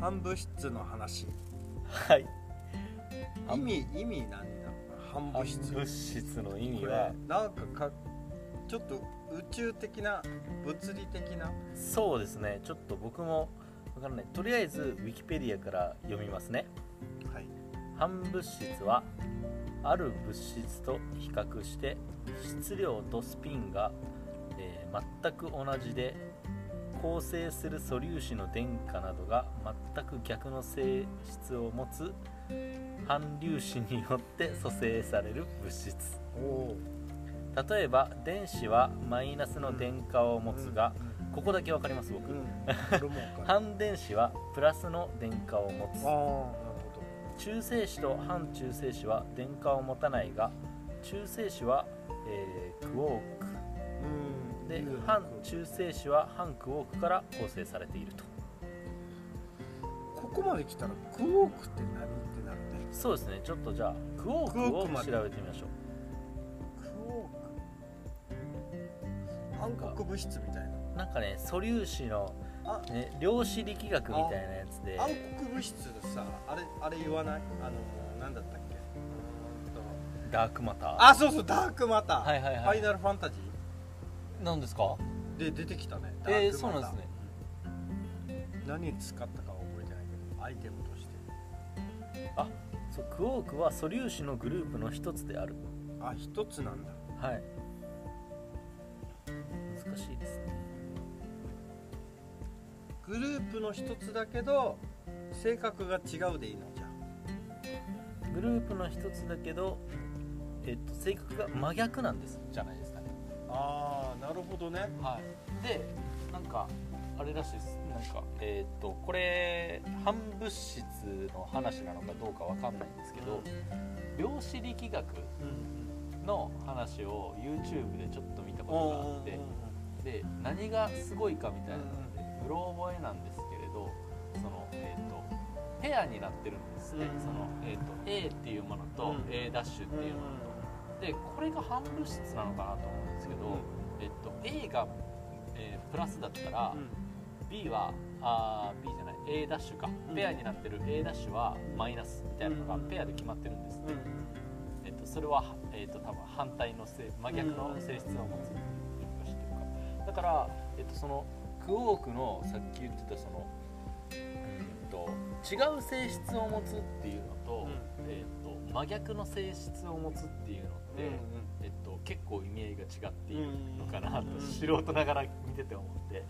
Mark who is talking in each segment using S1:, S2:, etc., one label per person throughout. S1: 反物質の話
S2: はい
S1: 意味意味何なの反
S2: 反
S1: 物質
S2: 物質の意味
S1: こ
S2: は
S1: れなんかかちょっと宇宙的な物理的な
S2: そうですねちょっと僕もわからないとりあえずウィキペディアから読みますね
S1: はい
S2: 反物質はある物質と比較して質量とスピンが、えー全く同じで構成する素粒子の電荷などが全く逆の性質を持つ反粒子によって組成される物質
S1: おお
S2: 例えば電子はマイナスの電荷を持つが、ここだけ分かります
S1: う
S2: 僕
S1: ん、うん、俺もわかる
S2: 反電子はプラスの電荷を持つ
S1: ああなるほど
S2: 中性子と反中性子は電荷を持たないが中性子は、えークォー
S1: うん
S2: クで
S1: いいよね
S2: 反中性子は反クォークから構成されていると
S1: ここまで来たらクォークって何ってなるね
S2: そうですねちょっとじゃあクォーク
S1: クォ
S2: を
S1: ークまで
S2: 調べてみましょ
S1: クォーク暗黒物質みたいな
S2: うなんかね素粒子の
S1: あ、
S2: ね、量子力学みたいなやつで
S1: 暗黒物質でさあれあれ言わないあのなんだったっけうーんと
S2: ダークマター
S1: あそうそうダークマター、
S2: はいはいはい
S1: ファイナルファンタジ
S2: なんですか
S1: ーで出てきたねダー
S2: えー、
S1: ク
S2: そう
S1: マター
S2: なんですね
S1: 何に使ったかは覚えてないけどアイテムとして
S2: そうクォークは素粒子のグループの一つである
S1: あ一つなんだ
S2: はい難しいですね
S1: グループの一つだけど性格が違うでいいのじゃん
S2: グループの一つだけど、えっと、性格が真逆なんですじゃないですかね
S1: ああなるほどね
S2: はいでなんかあれらしいですなんかえっとこれ反物質の話なのかどうかわかんないんですけど量子力学
S1: うん
S2: の話を YouTube でちょっと見たことがあってで何がすごいかみたいなのでうろ覚えなんですけれどそのえっとペアになってるんですね、
S1: うん
S2: その、えっと A っていうもの
S1: う
S2: と
S1: ん
S2: A' っていうものでこれが反物質なのかなと思うんですけど、えっと、A が、えープラスだったら、B はあー B じゃない A' ダッシュか、
S1: うん
S2: ペアになってる A' ダッシュはマイナスみたいなのが
S1: うん
S2: ペアで決まってるんです、
S1: うんうん
S2: えっと、それは、えっと、多分反対の性真逆の性質を持つっていうか知ってるかだから、えっと、そのクオークのさっき言ってたその、うんと違う性質を持つっていうのと,、
S1: う
S2: えっと真逆の性質を持つっていうのって、えっと、結構意味合いが違っているのかな
S1: うん
S2: と素人ながら見てて思って、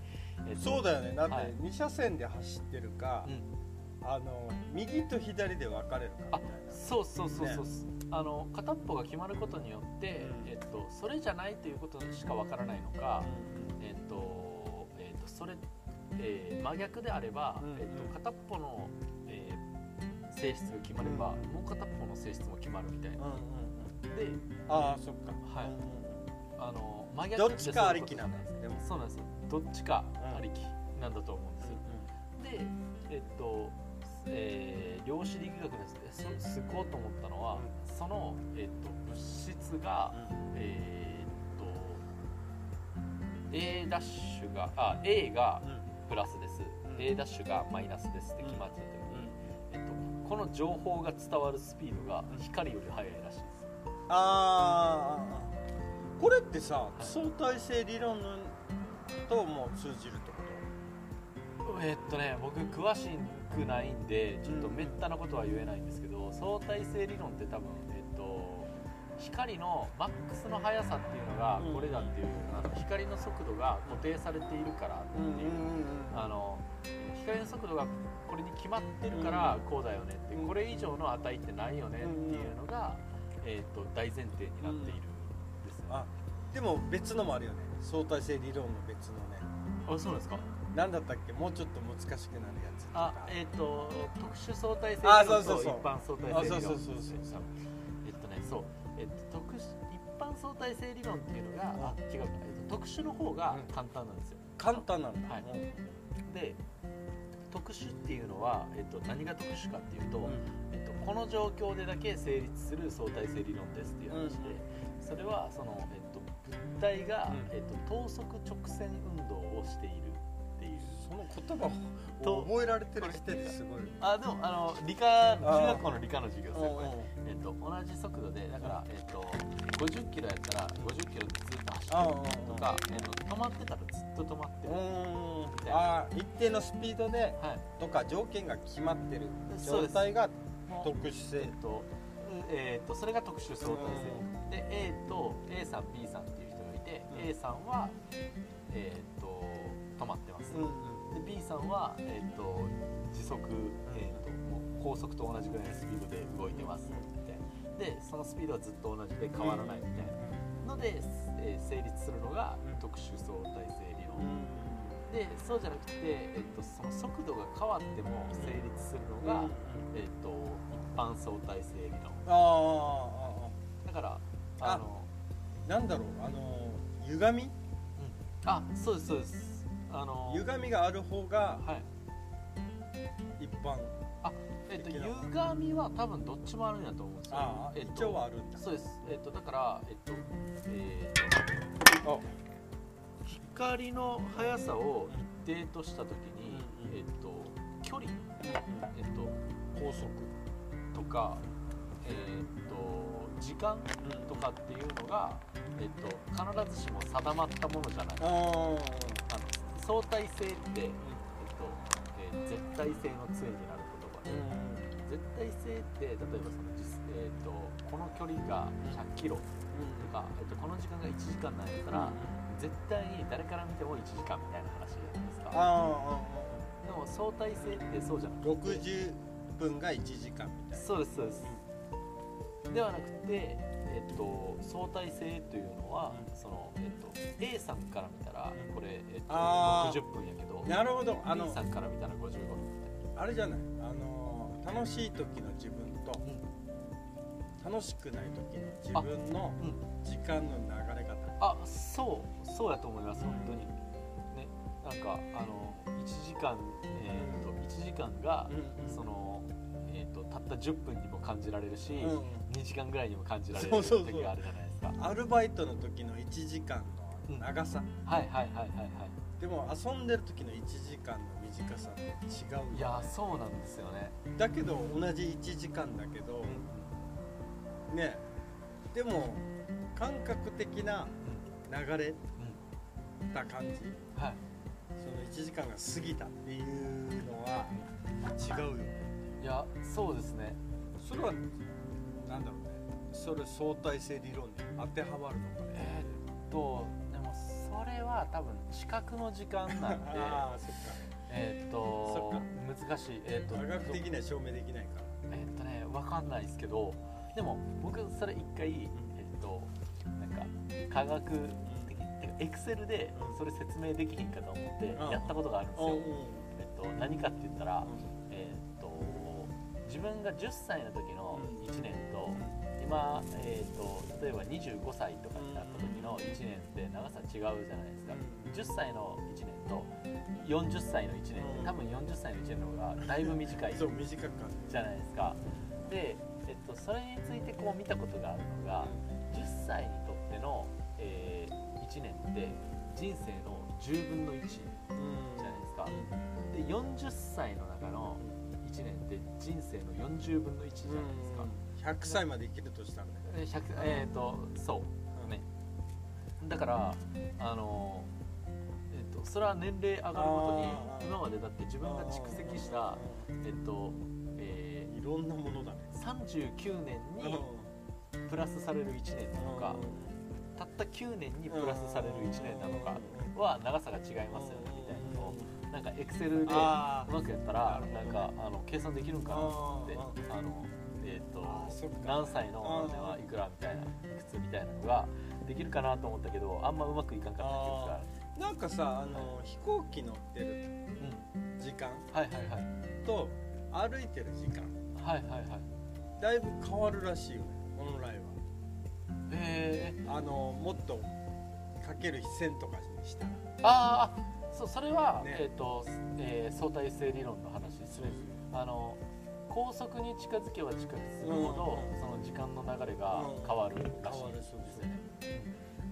S2: えっと
S1: そうだよねだって
S2: はい
S1: 2車線で走ってるか、
S2: うん
S1: あの右と左で分かれるかみたいな
S2: そうそうそうそう、
S1: ね
S2: あの片っぽが決まることによって、
S1: うん
S2: えっと、それじゃないということしかわからないのか、えっとえっと、それ、えー真逆であれば、
S1: うん
S2: えっと、片っぽの、えー性質が決まれば、
S1: うん
S2: もう片っぽの性質も決まるみたいな、
S1: うんうん
S2: で
S1: うんああそっか
S2: はい
S1: うんうん
S2: あの真逆
S1: ど
S2: て
S1: っちかありき
S2: そういうこと
S1: なんだ
S2: じゃないです
S1: でも
S2: そうなんですよどっちかありきなんだと思うんですよ、でえっと、えー量子力学ですねすすごいと思ったのは、
S1: う
S2: その、えっと、物質が、えーっと A ダッシュがあ A が
S1: うんうん
S2: プラスです、
S1: うん
S2: A ダッシュがマイナスですって決まってた時に、えっと、この情報が伝わるスピードが光より速いらしいです
S1: あーこれってさ
S2: い
S1: 相対性理論のとも通じるってこと
S2: えっとね僕詳しくないんでちょっとめったなことは言えないんですけど相対性理論って多分えっと光のマックスの速さっていうのが
S1: うん
S2: これだっていう、あの光の速度が固定されているからっていう、あの光の速度がこれに決まってるからこうだよねって、
S1: うん
S2: これ以上の値ってないよねっていうのが、えっと大前提になっているんですよ、ね
S1: あでも別のもあるよね相対性理論の別のね
S2: あそうですか
S1: 何だったっけもうちょっと難しくなるやつと
S2: あ
S1: か
S2: えっ、と特殊相対性
S1: あ
S2: 理論
S1: そうそう
S2: と一
S1: そう
S2: 般相対性理論
S1: あそうそうそうそう
S2: ですねえっとねそうえっと特殊一般相対性理論っていうのがあ違うか、えっと、特殊の方が
S1: うん
S2: 簡単なんですよ、
S1: 簡単なんだ
S2: はい
S1: うん
S2: で特殊っていうのは、えっと、何が特殊かっていうと、
S1: うん
S2: えっと、この状況でだけ成立する相対性理論ですっていう話で、それはその、えっと、物体が、
S1: うん
S2: えっと、等速直線運動をしているっていう
S1: その言葉
S2: と
S1: を覚えられてる時点ですごい
S2: あでもあの理科
S1: あー
S2: 中学校の理科の授業ですねこれ
S1: うんうん
S2: えっと同じ速度でだから、えっと50キロやったら50キロずっと走
S1: あ
S2: るとか、えっと止まってたらずっと止まって
S1: う
S2: る、
S1: ん
S2: みたいなは
S1: あー一定のスピードで
S2: い
S1: とか条件が決まってる
S2: そう
S1: 状
S2: です
S1: 態が
S2: もう
S1: 特殊
S2: え
S1: 性
S2: っとうんえっとそれが特殊相対性で A と A さん B さんっていう人がいて、
S1: うん
S2: A さんはえっと止まってます、
S1: うんうん
S2: で B さんは、えー、と時速、えー、ともう高速と同じぐらいのスピードで動いてますみたいなでそのスピードはずっと同じで変わらないみたいなので、えー成立するのが
S1: うん
S2: 特殊相対性理
S1: う
S2: 論
S1: ん
S2: でそうじゃなくて、えー、とその速度が変わっても成立するのが、えー、と一般相対性理論
S1: あーあ
S2: だから
S1: あ
S2: あの
S1: ーなんだろうあのー歪み
S2: あそうですそうですあの
S1: 歪みがある方が
S2: はい
S1: 一般
S2: えっと、歪みは多分どっちもあるんやと思うんですよ、
S1: ああ
S2: えっと
S1: 一応はあるんだ
S2: そうです、えっと、だから、えっとえっと
S1: あ
S2: 光の速さを一定とした時に、
S1: うんうん
S2: えっと、距離、えっ
S1: 高速
S2: と、とか、えっと、時間とかっていうのが、えっと、必ずしも定まったものじゃない
S1: あー
S2: あの相対性って、えっとえー絶対性の杖になる言葉で。絶対性って例えばその、実えー、とこの距離が100キロとか、えー、とこの時間が1時間なんやったら、絶対に誰から見ても1時間みたいな話じゃないです
S1: あー
S2: か
S1: あ
S2: でも相対性ってそうじゃな
S1: ー
S2: くて
S1: 60分が1時間みたいな
S2: そうですそうですではなくて、えっと相対性というのは、
S1: うん
S2: そのえっと A さんから見たら
S1: うん
S2: これ、えっと
S1: あー
S2: 60分やけど
S1: なるほどあ
S2: B
S1: の
S2: さんから見たら55分みたいな
S1: あれじゃないあのー楽しい時の自分と、楽しくない時の自分の
S2: あうん
S1: 時間の流れ方
S2: あそうそうやと思います本当にねなんかあの1時間えっ、と1時間が、そのえっ、とたった10分にも感じられるし、
S1: うん
S2: 2時間ぐらいにも感じられる
S1: そうそうそう
S2: 時があるじゃないですか
S1: アルバイトの時の1時間の長さ、
S2: はいはいはいはいは
S1: でも遊んでる時の1時間の短さと違う
S2: いいやーそうなんですよね
S1: だけど同じ1時間だけど、ねでも感覚的な流れた感じ
S2: はい
S1: その1時間が過ぎたっていうのは違うよね
S2: いやそうですね
S1: それはなんだろうねそれ相対性理論に当てはまるのかね
S2: えーっとでもそれは多分視覚の時間なんで
S1: あそっか
S2: えーっと難しいえーっと
S1: 科学的には証明できないから
S2: えっとねわかんないですけどでも僕それ一回えっとなんか科学的エクセルで
S1: うん
S2: それ説明できひんかと思って
S1: うん
S2: やったことがあるんです
S1: う
S2: よ
S1: ん、
S2: えっと、何かって言ったら
S1: う、ん
S2: えっと自分が10歳の時の
S1: うん
S2: 1年と今、えっと例えば25歳とかになった時の1年って長さ違うじゃないですか10歳の1年と40歳の1年って多分40歳の1年の方がだいぶ短い
S1: そう短く感
S2: じゃないですかで、えっと、それについてこう見たことがあるのが10歳にとっての、え1年って人生の10分の1じ
S1: じる
S2: ゃないですかで40歳の中の1年って人生の40分の1じゃないですか、
S1: 100歳まで生きるとしたらね
S2: で100えっ、とそうねだからあのえっとそれは年齢上がるご
S1: あ
S2: と
S1: ー
S2: に今までだって自分が蓄積したえっと、え
S1: いろんなものだね
S2: ー39年にプラスされる1年なのかたった9年にプラスされる1年なのかは長さが違いますよねみたいなのをなんかエクセルでうま
S1: あ
S2: くやったら
S1: な
S2: な
S1: る
S2: ん
S1: ほどね
S2: かあの計算できるんかなと思ってあのえっ、
S1: あーそっか
S2: と何歳の姉はいくらみたいないくつみたいなのができるかなと思ったけどあんまうまくいかんかった
S1: あなんかさあの飛行機乗ってる
S2: 記憶が
S1: 時間
S2: ある、うん、はいはいはい
S1: と歩いてる時間
S2: はいはいはい
S1: だいぶ変わるらしいよね本来
S2: えー、
S1: はあのもっとかける線とかにしたら
S2: あーあそうそれは、
S1: ね
S2: えっ、と、えー相対性理論の話ですねあの高速に近づけば近づくほど、
S1: うん
S2: その時間の流れが変わるらしい
S1: 変わるそうで
S2: です
S1: す
S2: ね
S1: ね、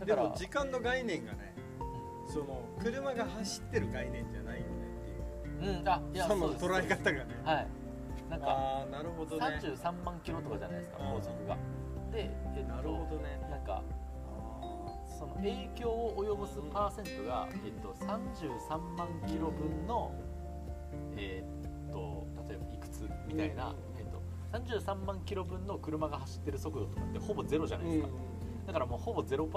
S2: だ
S1: で
S2: から
S1: も時間の概念がねその車が走ってる概念じゃないよねっていう
S2: うんあいや
S1: そ
S2: そう
S1: の
S2: です
S1: 捉え方がね
S2: はいなんか
S1: ああなるほどね
S2: 33万キロとかじゃないですか
S1: うん
S2: 高速がでえっ
S1: なるほ
S2: と
S1: どね
S2: なんかその影響を及ぼすパーセントが、えっと、33万キロ分の、えっと例えばいくつみたい
S1: う
S2: な、
S1: ん
S2: えっと、33万キロ分の車が走ってる速度とかってほぼゼロじゃ
S1: あ
S2: な
S1: ー
S2: いですか、だからもうほぼ0%の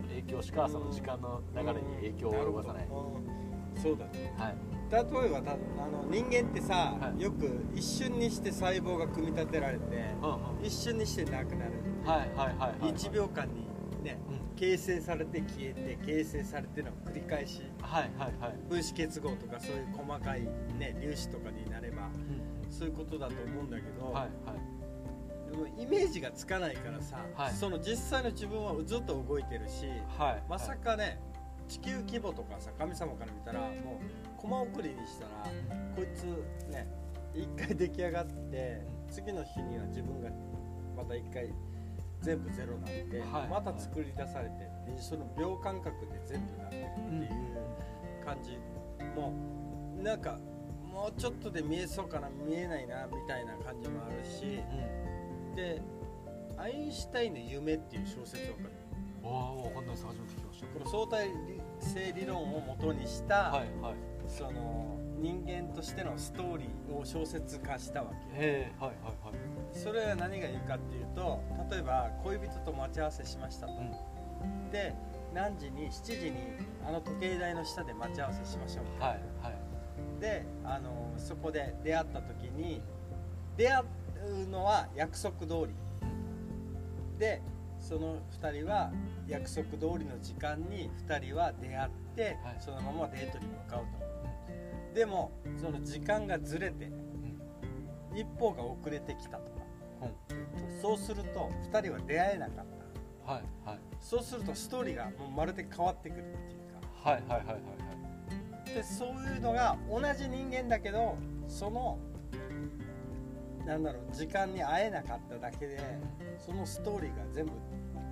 S2: 影響しかその時間の流れに影響を及ぼさない、
S1: るほどそうだね
S2: はい
S1: 例えばたあの人間ってさ、
S2: はい
S1: よく一瞬にして細胞が組み立てられて
S2: うんうん
S1: 一瞬にしてなくなる、
S2: はいはいはいはい
S1: 1秒間にね
S2: うん
S1: 形成されて消えて形成されての繰り返し
S2: はいはいはい、
S1: 分子結合とかそういう細かい、ね、粒子とかになればそういうことだと思うんだけど、
S2: はいはい
S1: でもイメージがつかないからさ、
S2: はい
S1: その実際の自分はずっと動いてるし
S2: はい
S1: まさかね地球規模とかさ神様から見たらもうコマ送りにしたらこいつね一回出来上がって次の日には自分がまた一回全部ゼロになって、
S2: はい
S1: また作り出されてっていうその秒間隔で全部なってるっていう感じ、もうなんかもうちょっとで見えそうかな見えないなみたいな感じもあるし
S2: うん
S1: でアインシュタインの夢っていう小説を書く
S2: わあ分かんないです初めて聞きまし
S1: この相対性理論を元にしたた、
S2: はいはい
S1: その人間としてのストーリーを小説化したわけ
S2: へえはいはいはい
S1: それは何が言うかっていうと例えば恋人と待ち合わせしましたと、で何時に7時にあの時計台の下で待ち合わせしましょう
S2: はいはい
S1: であのそこで出会った時に出会うのは約束通りでその2人は約束通りの時間に2人は出会って、
S2: はい
S1: そのままデートに向かうとでもその時間がずれて
S2: うん
S1: 一方が遅れてきたとか
S2: うん
S1: そうすると2人は出会えなかった
S2: はいはい
S1: そうするとストーリーがもうまるで変わってくるっていうか
S2: はいはいはいはいはい
S1: でそういうのが同じ人間だけどそのなんだろう時間に会えなかっただけでそのストーリーが全部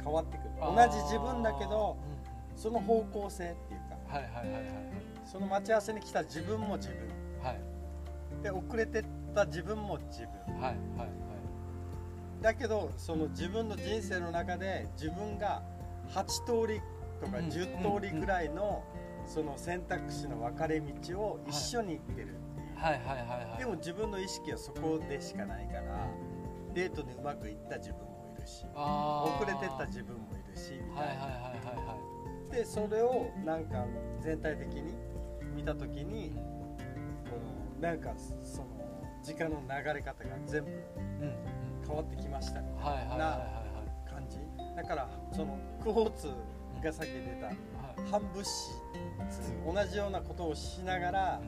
S1: 変わってくる同じ自分だけど
S2: あ
S1: その方向性っていうか
S2: ーうんはいはいはいはい
S1: その待ち合わせに来た自分も自分
S2: はい
S1: で遅れてった自分も自分
S2: はいはいはい
S1: だけどその自分の人生の中で自分が8通りとか
S2: うん
S1: 10通りぐらいのその選択肢の分かれ道を一緒に行ってるっていう。
S2: はいはいはいはい
S1: でも自分の意識はそこでしかないからデートでうまくいった自分もいるし
S2: あー
S1: 遅れてった自分もいるしみ
S2: はい
S1: た
S2: はい
S1: いな、
S2: はいはいはい
S1: でそれをなんか全体的に見た時にこのなんかその時間の流れ方が全部
S2: うん
S1: 変わってきましたみ
S2: うんはいはいはいはい
S1: なたいな感じだからそのクォーツがさっき出た
S2: はい
S1: 反物質同じようなことをしながら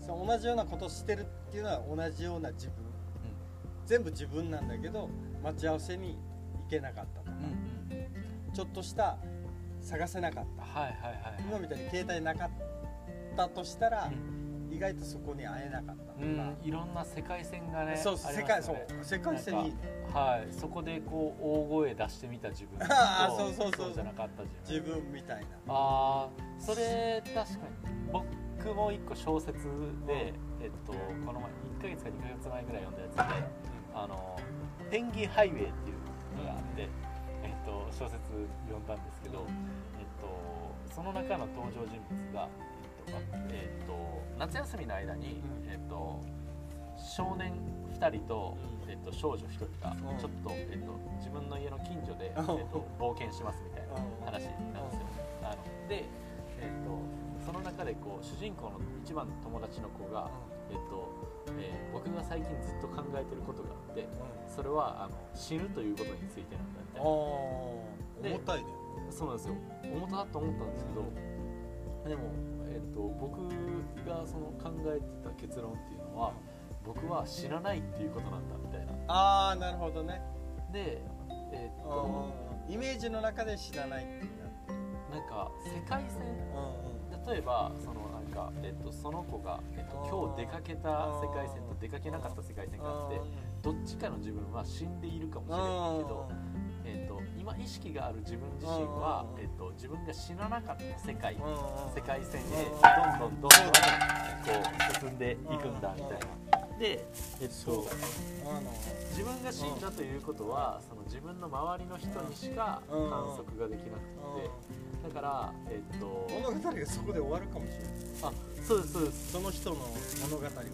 S1: その同じようなことをしてるっていうのは同じような自分全部自分なんだけど待ち合わせに行けなかったとか
S2: うんうんうん
S1: ちょっとした探せなかっ
S2: はいはいは
S1: た
S2: い
S1: 今みたいに携帯なかったとしたら
S2: う
S1: 意外とそこに会えなかったとか、
S2: うんいろんな世界線がね
S1: そう
S2: あり
S1: 世
S2: ま
S1: 界
S2: す
S1: そ
S2: よ
S1: う
S2: ね
S1: 世界線に
S2: はいそこでこう大声出してみた自分と
S1: あーそうそうそう
S2: じゃなかった自分
S1: 自分みたい
S2: あーそれ確かに僕も一個小説で、えっと、この前1ヶ月か2ヶ月前ぐらい読んだやつで「あのペンギンハイウェイ」っていうのがあって、えっと、小説読んだんですけど、えっと、その中の登場人物が、えっとまえっと、夏休みの間に、
S1: うん
S2: えっと、少年2人と、
S1: うん
S2: えっと、少女1人が
S1: うん
S2: ちょっと、えっと、自分の家の近所で、えっ
S1: うん
S2: と、冒険しますみたいな。
S1: な、うん
S2: 話なんですよ。あので、えっとその中でこう主人公の一番の友達の子が、えっとえー僕が最近ずっと考えてることがあってそれはあの死ぬということについてなんだみたい
S1: う
S2: な
S1: ん
S2: で
S1: 重たいね
S2: そうなんですよ重たなと思ったんですけどでも、えっと僕がその考えてた結論っていうのは僕は死なないっていうことなんだみたいな。
S1: ああなるほどね
S2: でえっと
S1: うんイメージの中で知らないってなってる
S2: なんか世界線
S1: うん
S2: 例えばそのなんか、えっと、その子が、えっ
S1: あー
S2: と、今日出かけた世界線と出かけなかった世界線があってどっちかの自分は死んでいるかもしれないけど、えっと、今意識がある自分自身は
S1: う、ん
S2: えっと、自分が死ななかった世界
S1: うんうんうん
S2: 世界線へ
S1: うん
S2: どんどんどんどんこう進んでいくんだみたいな。で、えっ
S1: そう
S2: と
S1: だ、ねあの
S2: 自分が死んだということはその自分の周りの人にしか
S1: うん
S2: 観測ができなくてだから、えっと、
S1: 物語がそこで終わるかもしれない
S2: あそうですそうです
S1: その人の物語はね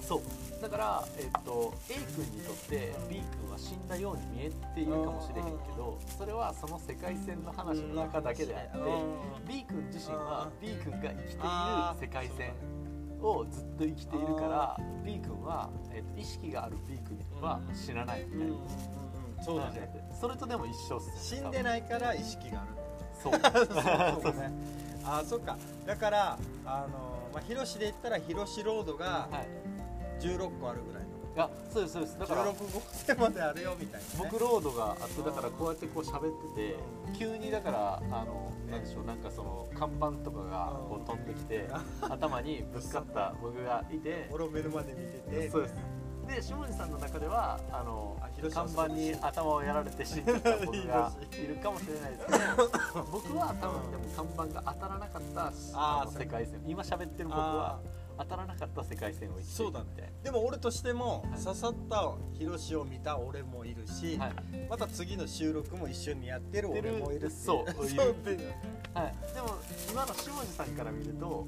S2: そうだから、えっと、A 君にとって
S1: うん
S2: B 君は死んだように見えているかもしれへんけどそれはその世界線の話の中だけであって
S1: うん
S2: B 君自身は
S1: う
S2: B 君が生きている
S1: あー
S2: 世界線
S1: そうだね
S2: をずっと生きているから B 君は、えっと、意識がある B 君は
S1: うん
S2: 死なないみ
S1: うんう
S2: たい
S1: ん
S2: な。
S1: うんそうだね
S2: それとでも一緒っす
S1: 死
S2: ね
S1: んでないから意識がある
S2: 多分そ う
S1: そうねあそっかだからあのまあ広しで言ったら広しロードが
S2: はい
S1: 16個あるぐらいの
S2: あそうですそうですだから
S1: 16号線まであるよみたいなね
S2: 僕ロードがあってだからこうやってこう喋ってて
S1: う
S2: 急にだからあの
S1: ね
S2: なんでしょうなんかその看板とかがこ
S1: うん
S2: う飛んできて
S1: あ
S2: 頭にぶつかった僕がいて
S1: 俺を目の前で見てて
S2: そうですで下地さんの中ではあの
S1: あ広島
S2: 看板に頭をやられて死んじゃった僕がいるかもしれない ですけど僕は多分でも看板が当たらなかった
S1: あー
S2: あの
S1: そう
S2: 世界線今喋ってる僕は当たらなかった世界線を生きて
S1: そうだね
S2: みたい
S1: でも俺としても
S2: はい
S1: 刺さった広しを見た俺もいるし、
S2: なはい
S1: また次の収録も一緒にやってる俺もいるってい
S2: そういる
S1: そうっていう
S2: はい、でも今の下地さんから見るとでも、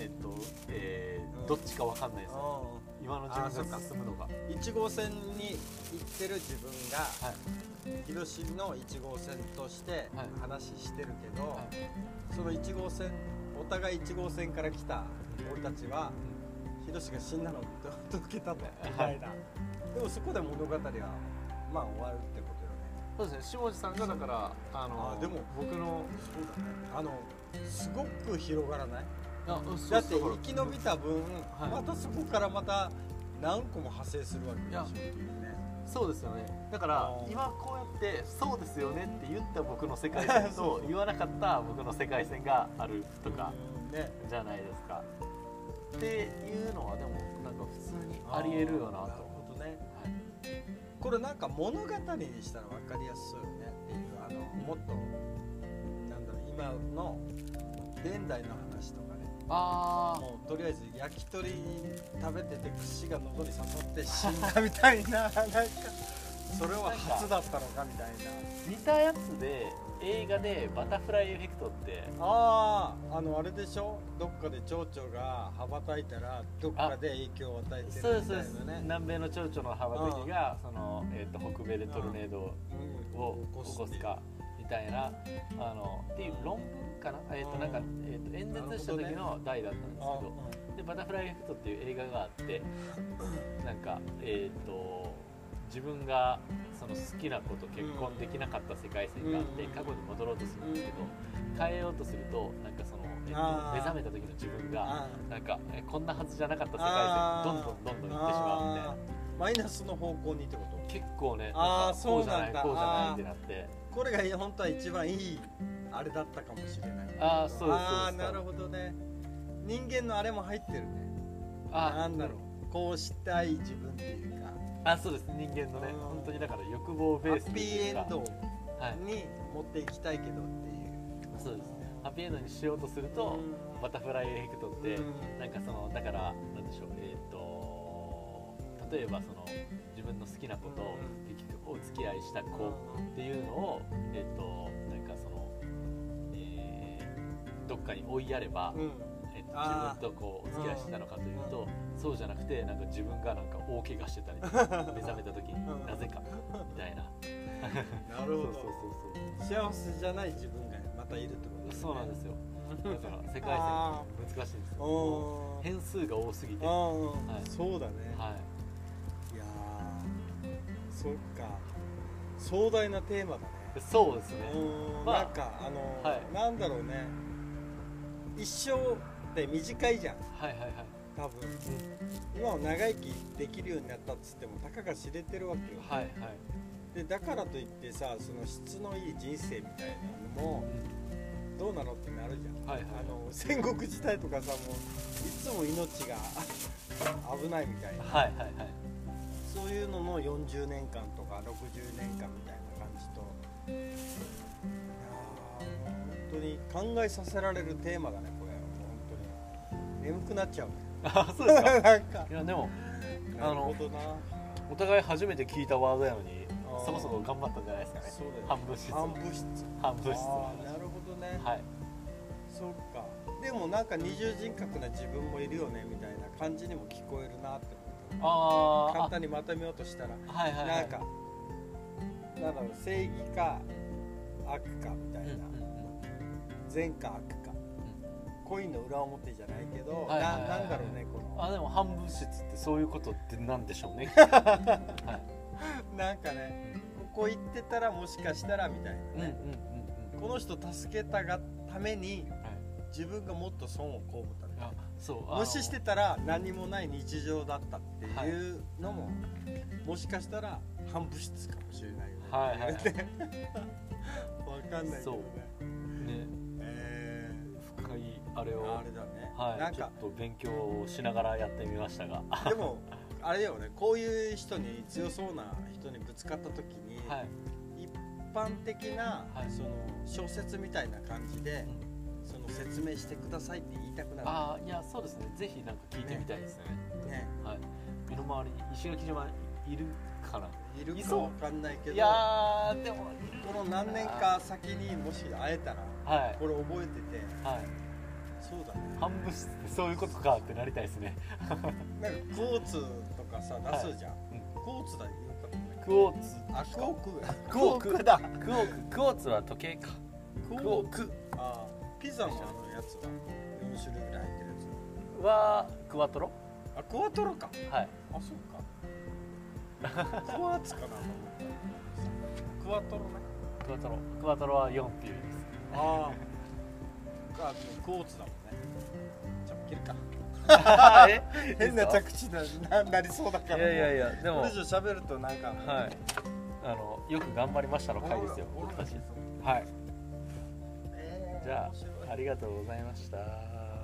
S2: えっとえー
S1: うん
S2: どっちかわかんないですよ今の自
S1: あーそっ
S2: 分
S1: か
S2: が進むのが
S1: 1号線に行ってる自分が
S2: はい
S1: 広しの1号線として
S2: はい
S1: 話してるけど、
S2: はい
S1: その1号線お互い1号線から来た俺たちは広しが死んだのと 届けたとみたいなでもそこで物語はまあ終わるってことよね
S2: そうですね下地さんがだからあの
S1: あーでも
S2: 僕の
S1: そうだねあのすごく広がらない
S2: あそうそう
S1: だって
S2: だから
S1: 生き延びた分、
S2: はい
S1: またそこからまた何個も派生するわけでしょ
S2: や
S1: っていうね
S2: そうですよねだか
S1: あ
S2: ら
S1: ー
S2: 今こうやって「そうですよね」って言った僕の世界線
S1: そう
S2: と言わなかった僕の世界線があるとか
S1: うんね
S2: じゃないですかっていうのはでもなんか普通にありえるよな
S1: あーなる
S2: と思
S1: ほどね
S2: う、はい
S1: これなんか物語にしたら分かりやすいよねっていうあのもっとなんだろう今の現代の話とかね
S2: あー
S1: もうとりあえず焼き鳥食べてて串が喉に刺さって死んだみたいななんかそれは初だったのかみたいな
S2: 似たやつで映画で「バタフライエフェクト」って
S1: あああのあれでしょどっかで蝶々が羽ばたいたらどっかで影響を与えて
S2: そう
S1: る
S2: で
S1: み
S2: すそう
S1: たいな
S2: です、
S1: ね
S2: 南米の蝶々の羽ばたきがその、えー、と北米でトルネードを
S1: うん
S2: 起こすかみたいなあのっていう論文かな,、えーとなんかえー、と演説した時の題だったんですけ
S1: あ
S2: ど
S1: うん
S2: で「バタフライエフェクト」っていう映画があってなんかえっ、と自分がその好きな子と結婚できなかった世界線があって
S1: うん
S2: 過去に戻ろうとするんですけど変えようとするとなんかその、えーと
S1: あー
S2: 目覚めた時の自分が。
S1: あ
S2: なんかえこんなはずじゃなかった世
S1: あ
S2: 界
S1: ー
S2: 線どんどんどんどん行ってしまうみたいな
S1: あーマイナスの方向にってこと
S2: 結構ね
S1: あー
S2: なんかこうじゃ
S1: そう
S2: な
S1: なん
S2: い
S1: だ
S2: こうじゃないってなって
S1: これが本当は一番いいあれだったかもしれない
S2: あーそうです
S1: あー
S2: そうです
S1: なるほどね人間のあれも入ってるね
S2: あ
S1: なんだろうこうしたい自分っていうか
S2: あそうです人間のね
S1: うん
S2: 本当にだから欲望
S1: ハ
S2: ベース
S1: ッ
S2: に
S1: ピーエンド
S2: はい、
S1: に持っていきたいけどっていう
S2: そうですハッピーエンドにしようとするとバタフライエフェクトって
S1: うん
S2: なんかそのだからなんでしょうえっ、と例えばその自分の好きな子と
S1: うん
S2: 結局お付き合いした子っていうのをえっ、となんかその、えーどっかに追いやれば、
S1: うん
S2: えっと
S1: あー
S2: 自分とこうお付き合いしてたのかというと、そうじゃなくてなんか自分がなんか大怪我してたり とか目覚めた時
S1: うん
S2: になぜかみたいな
S1: なるほ
S2: そう
S1: ど幸せじゃない自分がまたいるってこと
S2: そうそうそうなんですよだから世界線
S1: あ
S2: 難しいんです
S1: ー
S2: よ
S1: おー
S2: 変数が多すぎて
S1: あ
S2: は
S1: ー
S2: はい
S1: そうだね
S2: い
S1: いやーそっか壮大なテーマだね
S2: そうですね
S1: うん、
S2: まあ
S1: なんかあの、
S2: はい
S1: なんだろうね一生って短いじゃん
S2: はいはいはい
S1: 多分、今は長生きできるようになったっつってもたかが知れてるわけよ、
S2: はいはい
S1: でだからといってさその質のいい人生みたいなのもどうなのってなるじゃん
S2: はいはい
S1: あの戦国時代とかさもういつも命が危ないみたいな
S2: はいはいはい
S1: そういうのの40年間とか60年間みたいな感じとい やーもう本当に考えさせられるテーマだねこれはもう本当に眠くなっちゃうね
S2: あそうですか
S1: なんか
S2: いやでも
S1: な
S2: あ
S1: るほ
S2: の
S1: どな
S2: お互い初めて聞いたワードやのに
S1: あー
S2: そこそこ頑張ったんじゃないですかね
S1: そうだよ
S2: 半分質
S1: 暗部室
S2: 半分質
S1: ああなるほどね、
S2: はい
S1: そっかでもなんか二重人格な自分もいるよねみたいな感じにも聞こえるなって思った
S2: あー
S1: 簡単にまとめようとしたら
S2: あはいはいはい
S1: なんか、なんだろう正義か悪かみた
S2: う
S1: い
S2: んう
S1: な、
S2: んうん
S1: 善か悪か、恋の裏表じゃないけど、
S2: はいはいはいはい
S1: ななんだろうねこの
S2: あでも半分質ってそういうことってなんでしょうね
S1: なんかねここ行ってたらもしかしたらみたい
S2: うん
S1: な
S2: うん
S1: ね、この人助けたがために
S2: うんはい
S1: 自分がもっと損を被ったみたいな
S2: あそうあの
S1: 無視してたら何もない日常だったっていうのも、もしかしたら半物質かもしれないよね、
S2: はい はいはい
S1: わかんないけど
S2: そう
S1: ね
S2: ね
S1: え
S2: 深いあれ
S1: ー
S2: を
S1: あれだね、
S2: はい
S1: なん
S2: ちょ
S1: か
S2: っと勉強をしながらやってみましたがは
S1: でもあれだよねこういう人に強そうな人にぶつかった時に、
S2: い
S1: 一般的な、
S2: はい
S1: その小説みたいな感じで、その説明してくださいって言いたくなる
S2: ああいやそうですねぜひなんか聞いてみたいですね
S1: ね
S2: はい身の回りに石垣島いるかない
S1: る
S2: い
S1: か
S2: そう
S1: わかんないけど
S2: いやーでも
S1: この何年か先にもし会えたら
S2: はい
S1: これ覚えてて
S2: はい
S1: そうだね
S2: 半分質ってそういうことかってなりたいですね
S1: なんかクォーツとかさ
S2: はい
S1: 出すじゃん、
S2: うん
S1: クォーツだよかったね
S2: クオーツ
S1: あクオークや
S3: クオークだクオーククオーツは時計か
S1: ク
S3: クオーク
S1: あピザのあのやつは4種類ぐらい入ってるやつ
S2: はクワトロ
S1: あクワトロか
S2: はい
S1: あそうかクワーツかなと思ったクワトロね
S2: クワトロクワトロは4って いうです
S1: ああがクォーツだもんねじゃあ切るか変な着地だななりそうだか
S3: い
S1: ら
S3: やいやいやでも
S1: こ
S3: は
S1: れ
S3: い
S1: 以上喋るとなんか
S3: あのよく頑張りましたの回ですよ
S1: おもろい
S3: 僕たちはい
S1: えー
S2: じゃ
S1: 面白い
S2: あありがとうございました